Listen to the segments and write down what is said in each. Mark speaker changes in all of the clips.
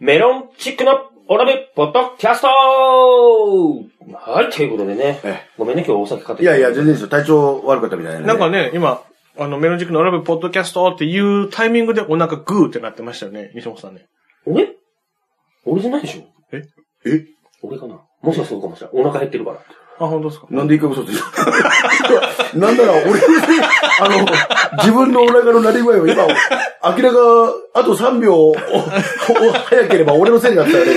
Speaker 1: メロンチックのオラブポッドキャストはい、ということでね。
Speaker 2: え
Speaker 1: ごめんね、今日お酒買って
Speaker 2: え。いやいや、全然ですよ。体調悪かったみたいな、ね。
Speaker 3: なんかね、今、あの、メロンジックのラブポッドキャストっていうタイミングでお腹グーってなってましたよね、西本さんね。
Speaker 1: 俺俺じゃないでしょ
Speaker 2: え
Speaker 1: 俺かなもしかそうかもしれない。お腹減ってるから。
Speaker 3: あ、本当ですか
Speaker 2: なんで一回嘘ついた なんなら俺、あの、自分のお腹のなり具合を今、明らか、あと3秒おお早ければ俺のせいになってたよね、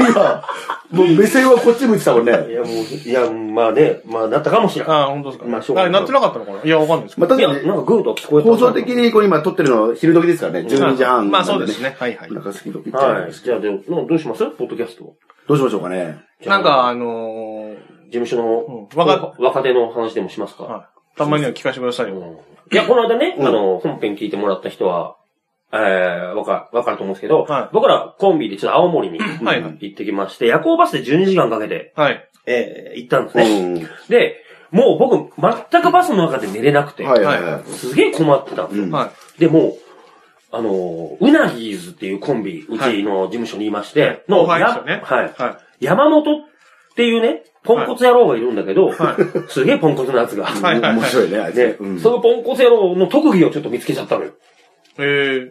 Speaker 2: 今。今、もう目線はこっち向いてたもん
Speaker 1: い
Speaker 2: ね。
Speaker 1: や、もう、いや、まあね、まあ、なったかもしれない。
Speaker 3: あ、本当ですか、
Speaker 1: まあしょうがない
Speaker 3: あなってなかったのかないや、わかんないです。
Speaker 2: まあ、た
Speaker 1: いや、
Speaker 2: だ
Speaker 1: なん
Speaker 2: ね、
Speaker 1: かグーとは聞こえた。
Speaker 2: 放送的。にこれ今撮ってるの昼時ですからね、12時半、
Speaker 3: まあそうですね。。はいはい
Speaker 2: お。腹すき時っていうのは
Speaker 1: はい。じゃあ、でどうどうしますポッドキャスト。
Speaker 2: どうしましょうかね。
Speaker 1: じゃあ
Speaker 3: なん、か、あのー
Speaker 1: 事務所の、
Speaker 3: うん若
Speaker 1: 若手の話でもしますか、
Speaker 3: はいたまには聞かせてくださいよ。
Speaker 1: いや、この間ね、
Speaker 2: うん
Speaker 1: あの、本編聞いてもらった人は、えー、わか、わかると思うんですけど、
Speaker 3: はい
Speaker 1: 僕らコンビでちょっと青森に
Speaker 3: は
Speaker 1: 行
Speaker 3: い。
Speaker 1: ってきまして、夜行バスで12時間かけて、
Speaker 3: はい。
Speaker 1: えー、行ったんです
Speaker 2: う
Speaker 1: ね。
Speaker 2: ん。
Speaker 1: で、もう僕、全くバスの中で寝れなくて、
Speaker 2: はいはいは
Speaker 1: すげえ困ってたんです
Speaker 2: い。
Speaker 1: よ。
Speaker 2: うん。
Speaker 3: はい。
Speaker 1: でも、あのー、うなぎーずっていうコンビ、うちの事務所にいまして、
Speaker 3: はい
Speaker 1: の、
Speaker 3: 後輩です
Speaker 1: や
Speaker 3: よね
Speaker 1: はい。
Speaker 3: は
Speaker 1: 山本っていうね、ポンコツ野郎がいるんだけど、
Speaker 3: はい
Speaker 1: すげえポンコツなやつが。
Speaker 3: いはいはい
Speaker 2: 面白いね、あいつね
Speaker 1: で、
Speaker 2: うん
Speaker 1: そのポンコツ野郎の特技をちょっと見つけちゃったのよ。
Speaker 3: い。え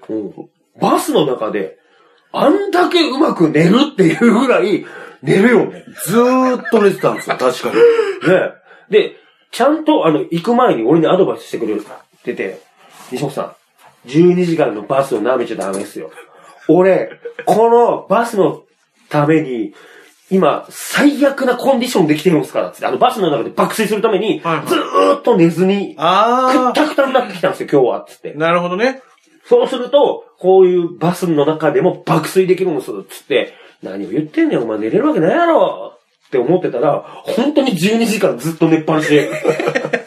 Speaker 1: バスの中で、あんだけうまく寝るっていうぐらい寝るよね。ね
Speaker 2: ずーっと寝てたんですよ、確かに。
Speaker 1: で、ちゃんと、あの、行く前に俺にアドバイスしてくれるってて、西本さん、12時間のバスを舐めちゃダメですよ。俺、このバスのために、今、最悪なコンディションで来てるんですから、つって、あの、バスの中で爆睡するために、ず
Speaker 3: はいはい
Speaker 1: ーっと寝ずに
Speaker 3: ー。、あ
Speaker 1: くったくたになってきたんですよ、今日は、つって
Speaker 3: ー。。なるほどね。
Speaker 1: そうすると、こういうバスの中でも爆睡できるんですよ、つって、何を言ってんねん、お前寝れるわけないやろって思ってたら、本当に12時間ずっと寝っぱなし で。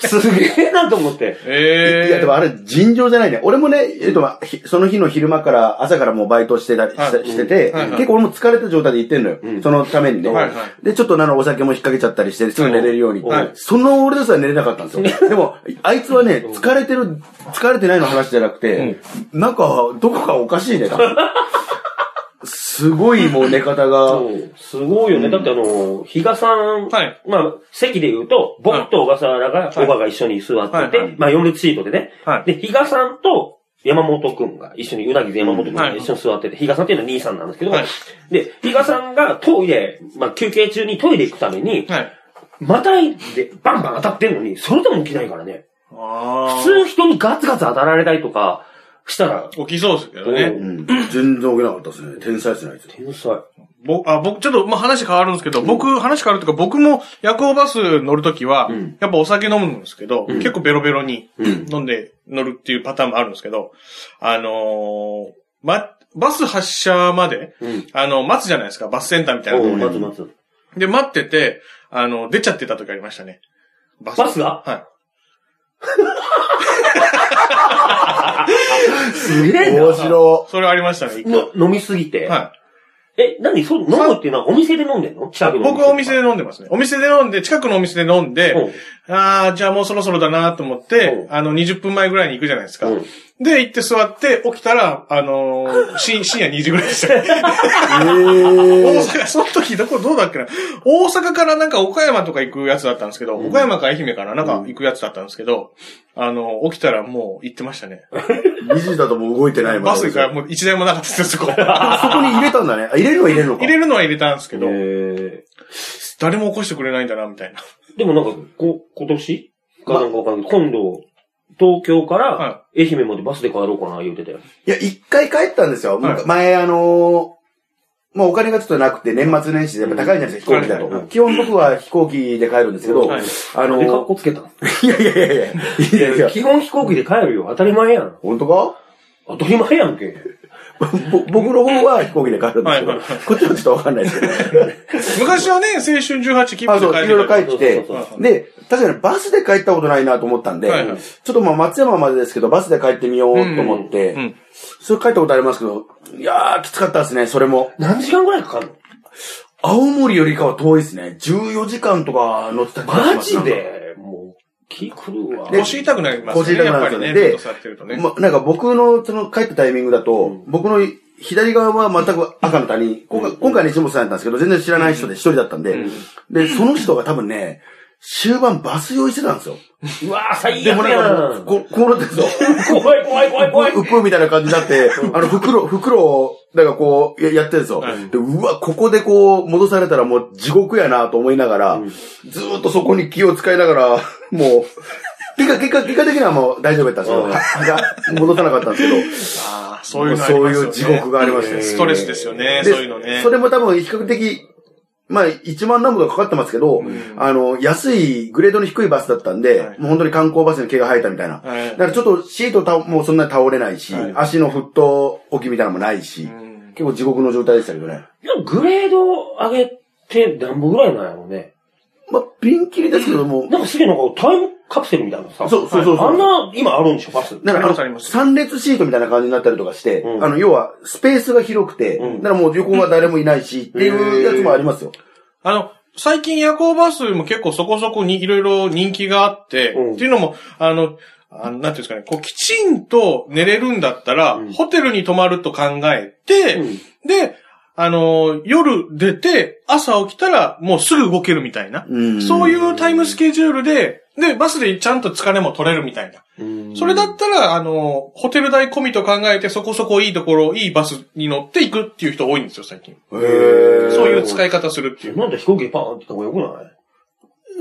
Speaker 1: すげえなと思って。
Speaker 3: ええー。
Speaker 2: いや、でもあれ、尋常じゃないね。俺もね、えっと、まあひその日の昼間から、朝からもうバイトしてたり、
Speaker 3: はい
Speaker 2: ししてて、
Speaker 3: はいはい
Speaker 2: 結構俺も疲れた状態で行ってんのよ。そのためにね、
Speaker 3: はいは
Speaker 2: で、ちょっとなのお酒も引っ掛けちゃったりして、すぐ寝れるように。
Speaker 3: はい
Speaker 2: その俺ですら寝れなかったんですよ。でも、あいつはね、疲れてる、疲れてないの話じゃなくて、なんか、どこかおかしいね。多分すごいもう寝方が、
Speaker 1: そうすごいよね。だってあの、比嘉さん、
Speaker 3: はい
Speaker 1: まあ、席で言うと、僕と小笠原が、小川が一緒に座ってて、
Speaker 3: はいはい
Speaker 1: まあ、4列シートでね。
Speaker 3: はい
Speaker 1: で、比嘉さんと山本くんが一緒に、うなぎと山本くんが
Speaker 3: はい
Speaker 1: 一緒に座ってて、比嘉さんっていうのは兄さんなんですけど、
Speaker 3: はい
Speaker 1: で、比嘉さんがトイレ、まあ、休憩中にトイレ行くために、
Speaker 3: はい。
Speaker 1: またいでバンバン当たってんのに、それでも起きないからね。
Speaker 3: あ
Speaker 1: 普通人にガツガツ当たられたりとかしたら、
Speaker 3: ー。起きそうですけど
Speaker 1: う
Speaker 3: ね
Speaker 1: ん。
Speaker 2: うん全然起きなかったですね。天才ですね、あいつ。
Speaker 1: 天才。
Speaker 3: 僕、あ、僕、ちょっと、まあ、話変わるんですけど、僕、話変わるというか、僕も夜行バス乗るときは、
Speaker 1: ん
Speaker 3: やっぱお酒飲むんですけど、結構ベロベロに
Speaker 1: うん
Speaker 3: 飲んで乗るっていうパターンもあるんですけど、あのーま、バス発車まで、
Speaker 1: うん。
Speaker 3: あの、待つじゃないですか、バスセンターみたいなと
Speaker 1: お
Speaker 3: こ
Speaker 1: う
Speaker 3: ろ
Speaker 1: 待つ待つ。
Speaker 3: で、待ってて、あの、出ちゃってた時ありましたね。バ
Speaker 1: バスが
Speaker 3: は
Speaker 1: すげえ
Speaker 2: 面
Speaker 1: な。
Speaker 2: 白
Speaker 3: い。。それありましたね、一回
Speaker 1: の飲みすぎて。
Speaker 3: は
Speaker 1: え、何そう、飲むっていうのはお店で飲んでんの近く
Speaker 3: い。
Speaker 1: の
Speaker 3: 僕はお店で飲んでますね。お店で飲んで、近くのお店で飲んで、
Speaker 1: うん
Speaker 3: ああ、じゃあもうそろそろだなと思って
Speaker 1: う、ん
Speaker 3: あの、20分前ぐらいに行くじゃないですか。
Speaker 1: うん
Speaker 3: で、行って座って、起きたら、あのー、深深夜2時ぐらいでした ね。
Speaker 2: え
Speaker 3: 大
Speaker 2: ー
Speaker 3: 阪、その時どこ、どうだっけな。大阪からなんか岡山とか行くやつだったんですけど、岡山か愛媛かななんか行くやつだったんですけど、あの、起きたらもう行ってましたね。
Speaker 2: 2時だともう動いてないもん
Speaker 3: バスからもう一台もなかったですよ、そ こ。
Speaker 2: あそこに入れたんだね。あ入れるのは入れるのか。
Speaker 3: 入れるのは入れたんですけど、
Speaker 1: え
Speaker 3: 誰も起こしてくれないんだな、みたいな。
Speaker 1: ーでもなんか、こ、今年かなんかわかんないけど、今度、東京から
Speaker 3: は
Speaker 1: 愛媛までバスで帰ろうかな、言うてたよ。
Speaker 2: いや、一回帰ったんですよ。
Speaker 3: はい
Speaker 2: 前、あのーまあ、お金がちょっとなくて、年末年始でやっぱ高いじゃないですか、
Speaker 3: うん
Speaker 2: 飛行機だと。
Speaker 3: はいはいはい
Speaker 2: 基本僕は飛行機で帰るんですけど、
Speaker 3: はい
Speaker 2: あの
Speaker 1: で、かっ
Speaker 2: ー
Speaker 1: こつけたの
Speaker 2: いやいやいやいや、いやいや、
Speaker 1: 基本飛行機で帰るよ。当たり前やん。
Speaker 2: 本当か
Speaker 1: 当たり前やんけ。
Speaker 2: ぼ僕の方は飛行機で帰るんですけど、
Speaker 3: はいはい
Speaker 2: こっちはちょっとわかんないですけ
Speaker 3: 昔はね、青春18切
Speaker 2: ど。あ、
Speaker 3: 符
Speaker 2: そ
Speaker 3: で
Speaker 2: う、い
Speaker 3: 帰って
Speaker 2: ろいろ
Speaker 3: た
Speaker 2: 帰
Speaker 3: り
Speaker 1: そ
Speaker 2: ってきて
Speaker 1: うそうそ、
Speaker 2: で、確かにバスで帰ったことないなと思ったんで、
Speaker 3: はいはい
Speaker 2: ちょっとまあ松山までですけど、バスで帰ってみようと思って、
Speaker 3: うんうんうん
Speaker 2: それ帰ったことありますけど、いやー、きつかったですね、それも。
Speaker 1: 何時間ぐらいかかるの
Speaker 2: 青森よりかは遠いですね。14時間とか乗ってた気がし
Speaker 1: マ
Speaker 2: ます
Speaker 1: ジでもう、気狂うわ。
Speaker 3: 腰痛くなります
Speaker 2: 腰
Speaker 3: ね、
Speaker 2: 痛くな
Speaker 3: や
Speaker 2: る
Speaker 3: っぱ
Speaker 2: んです
Speaker 3: り
Speaker 2: よ
Speaker 3: ね、
Speaker 2: で
Speaker 3: ずっと座ってるとね。
Speaker 2: ま、なんか僕のその帰ったタイミングだと、僕の左側は全く赤の他人。今回、今回の西本さんやったんですけど、全然知らない人で一人だったんで、で、その人が多分ね、終盤バス用意してたんですよ。
Speaker 1: うわー、最
Speaker 2: でも
Speaker 1: 悪
Speaker 2: な
Speaker 1: や
Speaker 2: んか、
Speaker 1: ん。
Speaker 2: ここうなってるんですよ。
Speaker 1: 怖い怖い怖い怖い。
Speaker 2: うっぷみたいな感じになって、あの、袋、袋を、なんかこう、ややってるんですよ。
Speaker 3: はい
Speaker 2: で、うわ、ここでこう、戻されたらもう地獄やなと思いながら、ずーっとそこに気を使いながら、 もう、結果、結果、結果的にはもう大丈夫やったんですけど
Speaker 1: うん
Speaker 2: は、が戻さなかったんです
Speaker 3: ああ、
Speaker 2: けど、
Speaker 3: そういうの
Speaker 2: も
Speaker 3: あ
Speaker 2: そ
Speaker 3: り
Speaker 2: う
Speaker 3: ますよ
Speaker 2: い
Speaker 3: ね。
Speaker 2: う地獄がありましたね。
Speaker 3: ストレスですよね、そういうのね。
Speaker 2: それも多分比較的、まあ、1万何本かかかってますけど、
Speaker 3: ん
Speaker 2: あの、安い、グレードの低いバスだったんで、
Speaker 3: はい
Speaker 2: もう本当に観光バスに毛が生えたみたいな。
Speaker 3: はい
Speaker 2: だからちょっとシートたもうそんなに倒れないし、
Speaker 3: はい
Speaker 2: 足のフット置きみたいなのもないし、
Speaker 3: うん
Speaker 2: 結構地獄の状態でしたけどね。
Speaker 1: でもグレード上げて何本ぐらいなんやろうね。
Speaker 2: まあ、ピンキリですけども、
Speaker 1: なんかすげえなんかタイムカプセルみたいなのさ。
Speaker 2: そうそうそうそう
Speaker 1: あんな、今あるんでしょ、バス。
Speaker 2: だからあ
Speaker 3: ありますあり
Speaker 2: の、
Speaker 3: ます
Speaker 2: 3列シートみたいな感じになったりとかして、
Speaker 1: うん
Speaker 2: あの、要は、スペースが広くて、
Speaker 1: うん
Speaker 2: だからもう横は誰もいないし、っていうやつもありますよ。
Speaker 3: あの、最近夜行バスも結構そこそこにいろいろ人気があって、
Speaker 1: うん
Speaker 3: っていうのも、あの、あのなんていうんですかね、こう、きちんと寝れるんだったら、
Speaker 1: うん
Speaker 3: ホテルに泊まると考えて、
Speaker 1: うん
Speaker 3: で、あの、夜出て、朝起きたら、もうすぐ動けるみたいな。
Speaker 2: うん
Speaker 3: そういうタイムスケジュールで、で、バスでちゃんと疲れも取れるみたいな。それだったら、あの、ホテル代込みと考えて、そこそこいいところ、いいバスに乗っていくっていう人多いんですよ、最近。
Speaker 2: へ
Speaker 1: ー
Speaker 3: そういう
Speaker 2: い
Speaker 3: 使い方するっていう。
Speaker 1: なんで飛行機でパーンって行った方がよくない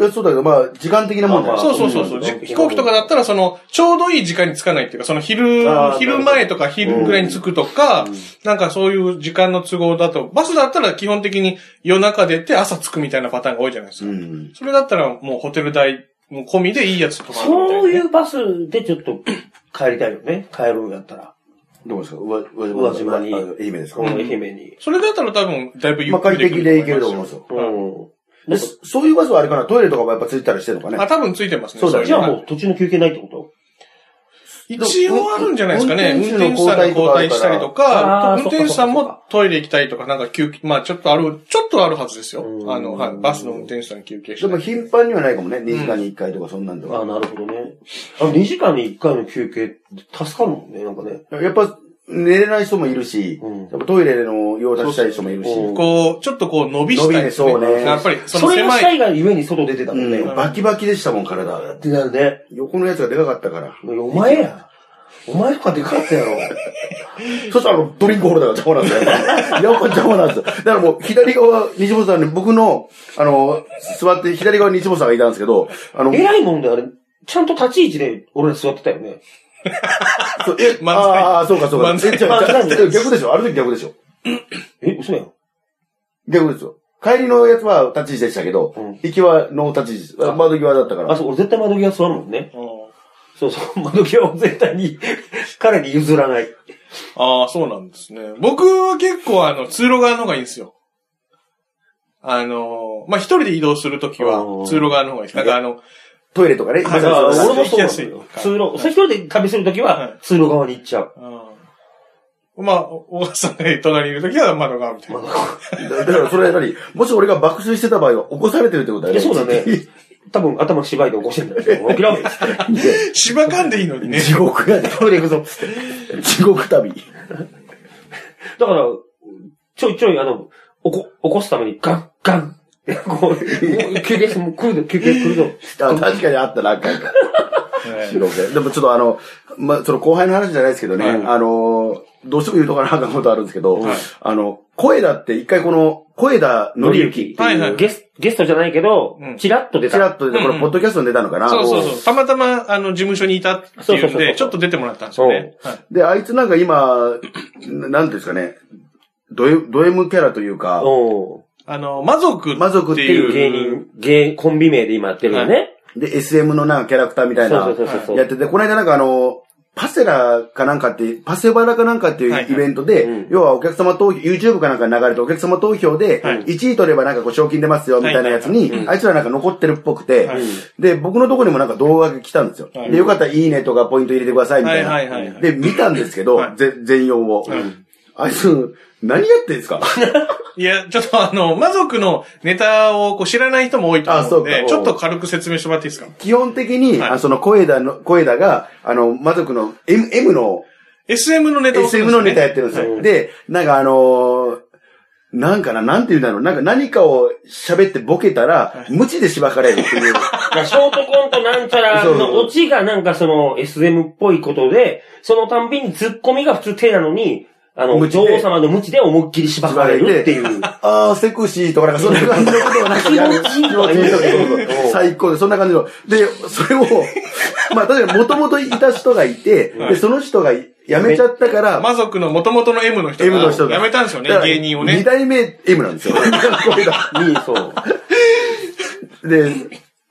Speaker 2: やそうだけど、まあ、時間的なもんだよ
Speaker 1: あ
Speaker 3: そうそうそうそ
Speaker 1: うん
Speaker 3: う。じ飛行機とかだったら、その、ちょうどいい時間に着かないっていうか、その昼
Speaker 1: あ、ー
Speaker 3: 昼
Speaker 1: なるほど
Speaker 3: 前とか昼ぐらいに着くとか、なんかそういう時間の都合だと、バスだったら基本的に夜中出て朝着くみたいなパターンが多いじゃないですか。
Speaker 2: うん。
Speaker 3: それだったらもうホテル代も込みでいいやつとかあるみたいなね。
Speaker 1: そういうバスでちょっと帰りたいよね。帰るんやったら。
Speaker 2: どうですか上
Speaker 1: 宇和島に
Speaker 2: あ愛媛ですか、
Speaker 1: この
Speaker 2: ま
Speaker 1: 愛媛に。
Speaker 3: それだったら多分、だいぶゆっ
Speaker 2: あ、
Speaker 3: く
Speaker 2: 快
Speaker 3: りでき
Speaker 2: 適
Speaker 3: る。
Speaker 2: でいけると思いますよ。
Speaker 1: うん。な
Speaker 2: で
Speaker 1: んか
Speaker 2: そそういうバスはあれかな、トイレとかもやっぱついてたりしてるのかね
Speaker 3: あ、。多分ついてますね。
Speaker 2: そうだね
Speaker 1: じゃあも
Speaker 3: う
Speaker 1: う途中の休憩ないってこと
Speaker 3: いうのは。一応あるんじゃないですかね。
Speaker 2: 運
Speaker 3: 運
Speaker 2: 転手
Speaker 3: 転
Speaker 2: の
Speaker 3: 手さんが交代したりとか、
Speaker 1: あー
Speaker 3: 運転手さん
Speaker 1: そっかそっ
Speaker 3: もトイレ行きたいとか、なんか休憩、まあちょっとある、ちょっとあるはずですよ
Speaker 1: う。ん
Speaker 3: あの、はい。バスの運転手さん休憩し
Speaker 2: で
Speaker 3: た
Speaker 2: も
Speaker 3: り。
Speaker 2: 頻繁にはないかもね、2時間に1回とかそんなんと
Speaker 1: あ
Speaker 2: か。
Speaker 1: あ、なるほどね。あの、2時間に1回の休憩って助かるもんね、なんかね。
Speaker 2: やっぱ寝れない人もいるし、
Speaker 1: うん
Speaker 2: やっぱトイレの用足したい人もいるし、
Speaker 1: そうそう
Speaker 3: こう、ちょっとこう伸びしたいですね。
Speaker 2: 伸びねそうね
Speaker 3: やっぱり、そ
Speaker 1: そ
Speaker 3: の
Speaker 1: れがし
Speaker 3: 狭
Speaker 1: た
Speaker 3: い。
Speaker 1: いがゆえに外出てたもんね。
Speaker 2: うんバキバキでしたもん、体。
Speaker 1: ってなるね。
Speaker 2: 横のやつがでかかったから。
Speaker 1: お前や。お前とかでかかったやろ。
Speaker 2: そしたらあの、ドリンクホルダーが邪魔なんですよ。やっぱ邪魔なんですよ。だからもう、左側、西本さんに、僕の、あの、座って、左側に西本さんがいたんですけど、あの、
Speaker 1: 偉いもんであれ、ちゃんと立ち位置で俺ら座ってたよね。
Speaker 2: そうえ
Speaker 3: 漫才
Speaker 2: ああ、そうかそうか。
Speaker 3: 漫才
Speaker 2: えじゃあじゃあ
Speaker 1: 漫才
Speaker 2: 逆でしょある時逆でしょ
Speaker 1: え、嘘やん。
Speaker 2: 逆ですよ。帰りのやつは立ち位置でしたけど、
Speaker 1: うん
Speaker 2: 行きはノー立ち位置。あ窓際だったから
Speaker 1: あ、。そう、俺絶対窓際座るもんね。
Speaker 3: うん
Speaker 1: そうそう、 窓際を絶対に 彼に譲らない。
Speaker 3: ああ、そうなんですね。僕は結構あの、通路側の方がいいんですよ。あのー、まあ、一人で移動するとき
Speaker 1: う
Speaker 3: は
Speaker 1: ん、
Speaker 3: 通路側の方がいいです。なんかあの、
Speaker 2: トイレとかね。
Speaker 3: は
Speaker 2: ま
Speaker 3: い
Speaker 2: さに
Speaker 3: あ
Speaker 2: そ
Speaker 1: 俺もそ
Speaker 2: う
Speaker 1: うな
Speaker 3: 行きやす
Speaker 1: の
Speaker 3: い
Speaker 1: よ。通路、そう一人で旅するとき
Speaker 3: は
Speaker 1: はい通路側に行っちゃう。
Speaker 3: うんまあ、お母さんが隣にいるときは窓 側みたいな。
Speaker 2: だだからそれは何もし俺が爆睡してた場合は起こされてるってことだよ
Speaker 1: いや
Speaker 2: ね。
Speaker 1: そうだね。多分頭芝居で起こしてんだけど、起きろっつって。
Speaker 3: 芝かんでいいの に ね。
Speaker 2: 地獄やで、トイレ行くぞっつって。地獄旅。
Speaker 1: だから、ちょいちょい、あの、起こ、起こすためにガン、ガン。こう、もう休憩して、もう来るぞ、休憩来るぞ。
Speaker 2: あ確かにあったな、何回か。
Speaker 3: はい
Speaker 2: 地獄で。でもちょっとあの、ま、その後輩の話じゃないですけどね、
Speaker 3: はい
Speaker 2: あの、どうしても言うとかなあかんことあるんですけど、
Speaker 3: はい
Speaker 2: あの、声だって一回この、声だのりゆきって、
Speaker 3: はいいうはい
Speaker 1: ゲスゲストじゃないけど
Speaker 3: うん、
Speaker 1: チラッと出
Speaker 2: ち
Speaker 1: た。
Speaker 2: らっと出て、こ
Speaker 3: う
Speaker 2: れ、
Speaker 3: ん
Speaker 2: ポッドキャストに出たのかな。
Speaker 3: そうそうそう。たまたま、あの、事務所にいたってい
Speaker 1: そううんそうそうそ
Speaker 3: で、
Speaker 1: う
Speaker 3: ちょっと出てもらったんですよね。はい
Speaker 2: で、あいつなんか今、ななんていうんですかね、ド M, ド M キャラというか、
Speaker 1: お
Speaker 3: あの、魔族
Speaker 2: 魔族っ
Speaker 3: ってて
Speaker 1: っていう
Speaker 3: い
Speaker 1: 芸
Speaker 3: う、
Speaker 1: 人、芸、コンビ名で今やってるよね。
Speaker 2: で、SM のなんかキャラクターみたいな
Speaker 1: そう、そうそうそう。
Speaker 2: やってて、この間なんかあの、パセラかなんかっていう、パセバラかなんかって
Speaker 3: はいいうはい
Speaker 2: イベントで、
Speaker 1: うん
Speaker 2: 要はお客様投票、YouTube かなんかに流れてお客様投票で、
Speaker 3: はい
Speaker 2: 1位取ればなんかこう賞金出ますよみたいなやつに、
Speaker 3: はいはいはいうん
Speaker 2: あいつらなんか残ってるっぽくて、
Speaker 3: はい
Speaker 2: で、僕のとこにもなんか動画が来たんですよ。
Speaker 3: はい
Speaker 2: で、よかったらいいねとかポイント入れてくださいみたいな。
Speaker 3: はいはいはいはい
Speaker 2: で、見たんですけど、
Speaker 3: はい
Speaker 2: ぜ全容を。
Speaker 3: はい
Speaker 2: あいつ、何やってんです か
Speaker 3: いや、ちょっとあの、魔族のネタをこう知らない人も多いと思うの
Speaker 2: あそう
Speaker 3: で、
Speaker 2: か
Speaker 3: ちょっと軽く説明してもらっていいですか
Speaker 2: 基本的に、
Speaker 3: はい
Speaker 2: あその、声だの、声だが、あの、魔族の M, M の、
Speaker 3: SM のネタをするん
Speaker 2: SM の
Speaker 3: ですよね
Speaker 2: ネタやってるんです
Speaker 1: は
Speaker 2: よ。
Speaker 1: い
Speaker 2: で、なんかあのーなんかな、なんて言うんだろう。なんか何かを喋ってボケたら、無知でしばかれるっていう。
Speaker 1: だからショートコントなんちゃら
Speaker 2: そうそう
Speaker 1: のオチがなんかその SM っぽいことで、そのたんびにツッコミが普通手なのに、あの、
Speaker 2: 無知
Speaker 1: 女
Speaker 2: で
Speaker 1: 王様の無知で思いっきりしばかれるっていう。
Speaker 2: あー、セクシーとかなんかそんな感じのことをなんかやる。
Speaker 1: 気持ちいいとか言う
Speaker 2: そうそうそう最高で、そんな感じの。で、それを、 まあ、確かにもともといた人がいて、で、その人が辞めちゃったから、
Speaker 3: 魔族の元々の M の人
Speaker 2: M の人が。
Speaker 3: やめたんですよね
Speaker 2: だか、ら
Speaker 3: 芸人を
Speaker 2: 二
Speaker 3: ね。
Speaker 2: 代目 M なん ですよ。これだ
Speaker 1: いい、そう。
Speaker 2: で、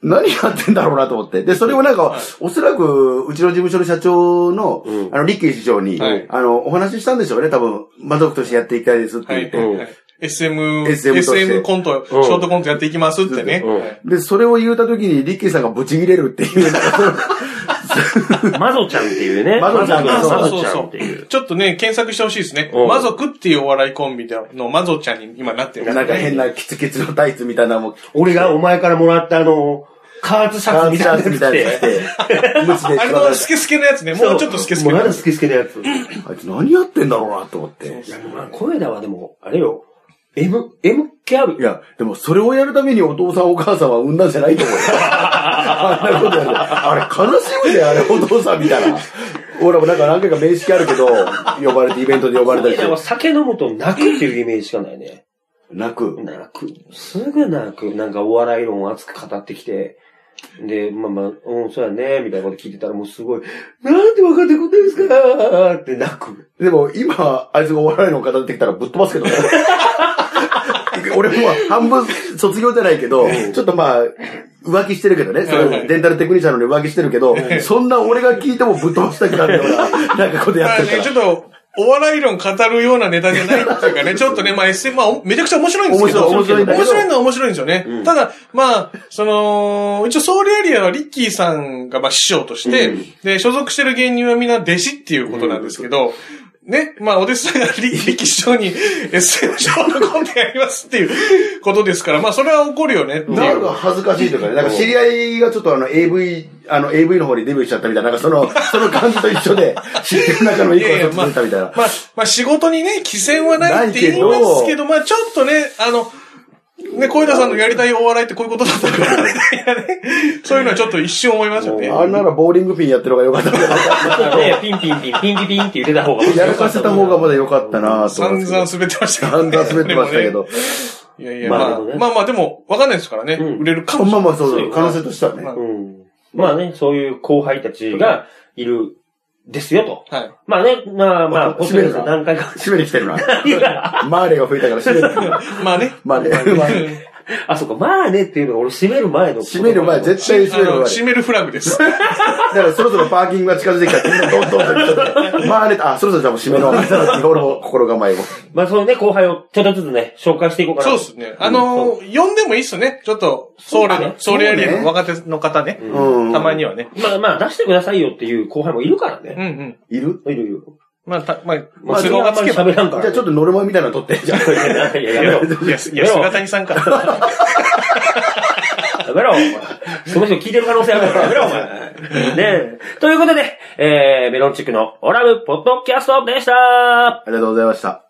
Speaker 2: 何やってんだろうなと思って。で、それをなんか、おそらく、うちの事務所の社長の、
Speaker 1: うん
Speaker 2: あの、リッキー師匠に、
Speaker 3: はい
Speaker 2: あの、お話ししたんでしょうね、多分、魔族としてやっていきたいですって
Speaker 3: は
Speaker 2: 言っ
Speaker 3: い
Speaker 2: て。
Speaker 1: うん。
Speaker 3: SM、
Speaker 2: SM として
Speaker 3: SM コント、ショートコントやっていきますってね。
Speaker 1: うん
Speaker 3: はい
Speaker 2: で、それを言うたときに、リッキーさんがブチ切れるって いう、なんかその
Speaker 1: マゾちゃんっていうね。
Speaker 2: マゾちゃ ん
Speaker 1: マゾ
Speaker 2: そう
Speaker 1: マ
Speaker 2: そう
Speaker 1: ゾちゃんっていう。
Speaker 3: ちょっとね、検索してほしいですね。
Speaker 1: うん
Speaker 3: 魔族っていうお笑いコンビの魔族ちゃんに今なってる。
Speaker 2: なんか変なキツキツのタイツみたいなもん、
Speaker 1: 俺がお前からもらったあの、カーツシャツみたいなやつ
Speaker 2: み
Speaker 1: 着
Speaker 2: たいなの着
Speaker 1: て。
Speaker 2: て、無知で
Speaker 3: あれのスケスケのやつね、もうちょっとスケスケ
Speaker 1: もう
Speaker 3: の
Speaker 1: なん
Speaker 3: や
Speaker 1: か
Speaker 3: つ。
Speaker 1: スケスケのやつ。
Speaker 2: あいつ何やってんだろうなと思って。
Speaker 1: いや、まあ声だわ、でも、あれよ。M、M キャ
Speaker 2: い
Speaker 1: ブ。
Speaker 2: や、でもそれをやるためにお父さんお母さんは産んだんじゃないと思う よ。あんなことやる。あれ悲しむね、あれお父さん見たら。俺もなんか何回か面識あるけど、呼ばれて、イベントで呼ばれた
Speaker 1: 声
Speaker 2: り
Speaker 1: だわ、
Speaker 2: して。
Speaker 1: 酒飲むと泣くっていうイメージしかないね。
Speaker 2: 泣く。
Speaker 1: 泣く。すぐ泣く。なんかお笑い論を熱く語ってきて。で、まあまあ、うん、そうやね、みたいなこと聞いてたらもうすごい、なんて分かってくんないんですかって泣く。
Speaker 2: でも今、あいつがお笑いの方ってきたらぶっ飛ばすけ どね。俺もう半分卒業じゃないけど、ちょっとまあ、浮気してるけどね。そ
Speaker 3: はいは
Speaker 2: れ
Speaker 3: い
Speaker 2: デンタルテクニシャンなのに浮気してるけど、そんな俺が聞いてもぶっ飛ばしたくなるような、なんかことや
Speaker 3: ま
Speaker 2: っ
Speaker 3: あ
Speaker 2: てるか
Speaker 3: ね、
Speaker 2: ら
Speaker 3: ちょ。っと、お笑い論語るようなネタじゃないっていうかね、ちょっとね、まあ SM、まあおめちゃくちゃ面白いんですけど、
Speaker 2: 面白い面白いんだけど
Speaker 3: 面白いのは面白いんですよね。ただ、まあ、その、一応ソウルエリアはリッキーさんがまあ師匠として、で、所属してる芸人はみんな弟子っていうことなんですけど、ね、まあ、お弟子さんが リリッキー師匠に SM ショーのコントやりますっていうことですから、まあ、それは起こるよねっていう。
Speaker 2: なんか恥ずかしいというかね、なんか知り合いがちょっとあの AV、あの AV の方にデビューしちゃったみたいな、なんかその、その感じと一緒で、知ってる中のいい子がちょっと出たみたいな。
Speaker 3: まあ、まあ仕事にね、寄せはないって言います
Speaker 2: ない
Speaker 3: け
Speaker 2: け
Speaker 3: ど、まあちょっとね、あの、ね、小枝さんのやりたいお笑いってこういうことだったから、みたいなね。そういうのはちょっと一瞬思いますよね。
Speaker 2: あんならボーリングピンやってる方が良かったんじゃないか
Speaker 1: ちょっとね、ピンピンピン、ピンピピンって言ってた方が。
Speaker 2: やらかせた方がまだ良かったなぁと思う
Speaker 3: 散
Speaker 2: んですけど。
Speaker 3: 々滑ってました
Speaker 2: 散々滑ってましたけ。ど。
Speaker 3: いやいや、
Speaker 1: まあ
Speaker 3: まあ、
Speaker 1: でもね
Speaker 3: まあまあでも、わかんないですからね。
Speaker 1: うん
Speaker 3: 売れるかもし
Speaker 2: ま
Speaker 3: れ
Speaker 2: あ
Speaker 3: ない。
Speaker 2: まあそうう、可能性としてはね。
Speaker 3: まあ
Speaker 1: うん。まあね、そういう後輩たちがいる、ですよと。
Speaker 3: はい。
Speaker 1: まあね、まあまあ、
Speaker 2: あ閉めるな
Speaker 1: 段階が。
Speaker 2: 締めに来てるな。マーレが増えたから締めるな。
Speaker 3: まあね。
Speaker 2: まあね、まあね
Speaker 1: あ、そうか、まあねっていうのが俺閉める前の。
Speaker 2: 締める前、絶対
Speaker 3: あ
Speaker 2: 締める
Speaker 3: の、
Speaker 2: 前
Speaker 3: 締。めるフラグです。
Speaker 2: だからそろそろパーキングが近づいてきたってみんなどんどんどんどんまあね、あ、そろそろじゃあもう締めの日頃の心構えを。
Speaker 1: まあそうね、後輩をちょっとずつね、紹介していこうかな。
Speaker 3: そうですね。あの、呼んでもいいっすね。ちょっと、ソウルの、ソ
Speaker 2: そう
Speaker 3: ウ
Speaker 2: ね
Speaker 3: ルエリアの若手の方ね。
Speaker 2: うん。
Speaker 3: たまにはね。
Speaker 1: まあまあ、出してくださいよっていう後輩もいるから
Speaker 3: うん
Speaker 1: ね。
Speaker 3: うん。
Speaker 2: いる
Speaker 1: いるいる。
Speaker 3: まあ、たまあ、
Speaker 1: まあ、
Speaker 3: 都合がつけば
Speaker 1: あんまり喋らんから。
Speaker 2: じゃあちょっとノルマみたいなの取 って。じゃあ
Speaker 1: いやいや、やめろ。
Speaker 3: いや、いや、菅谷さんか。
Speaker 1: やめろ、お前。その人聞いてる可能性あ るから、やめろ、お前。ねえ。ということで、えー、メロンチックのオラブポッドキャストでした
Speaker 2: ありがとうございました。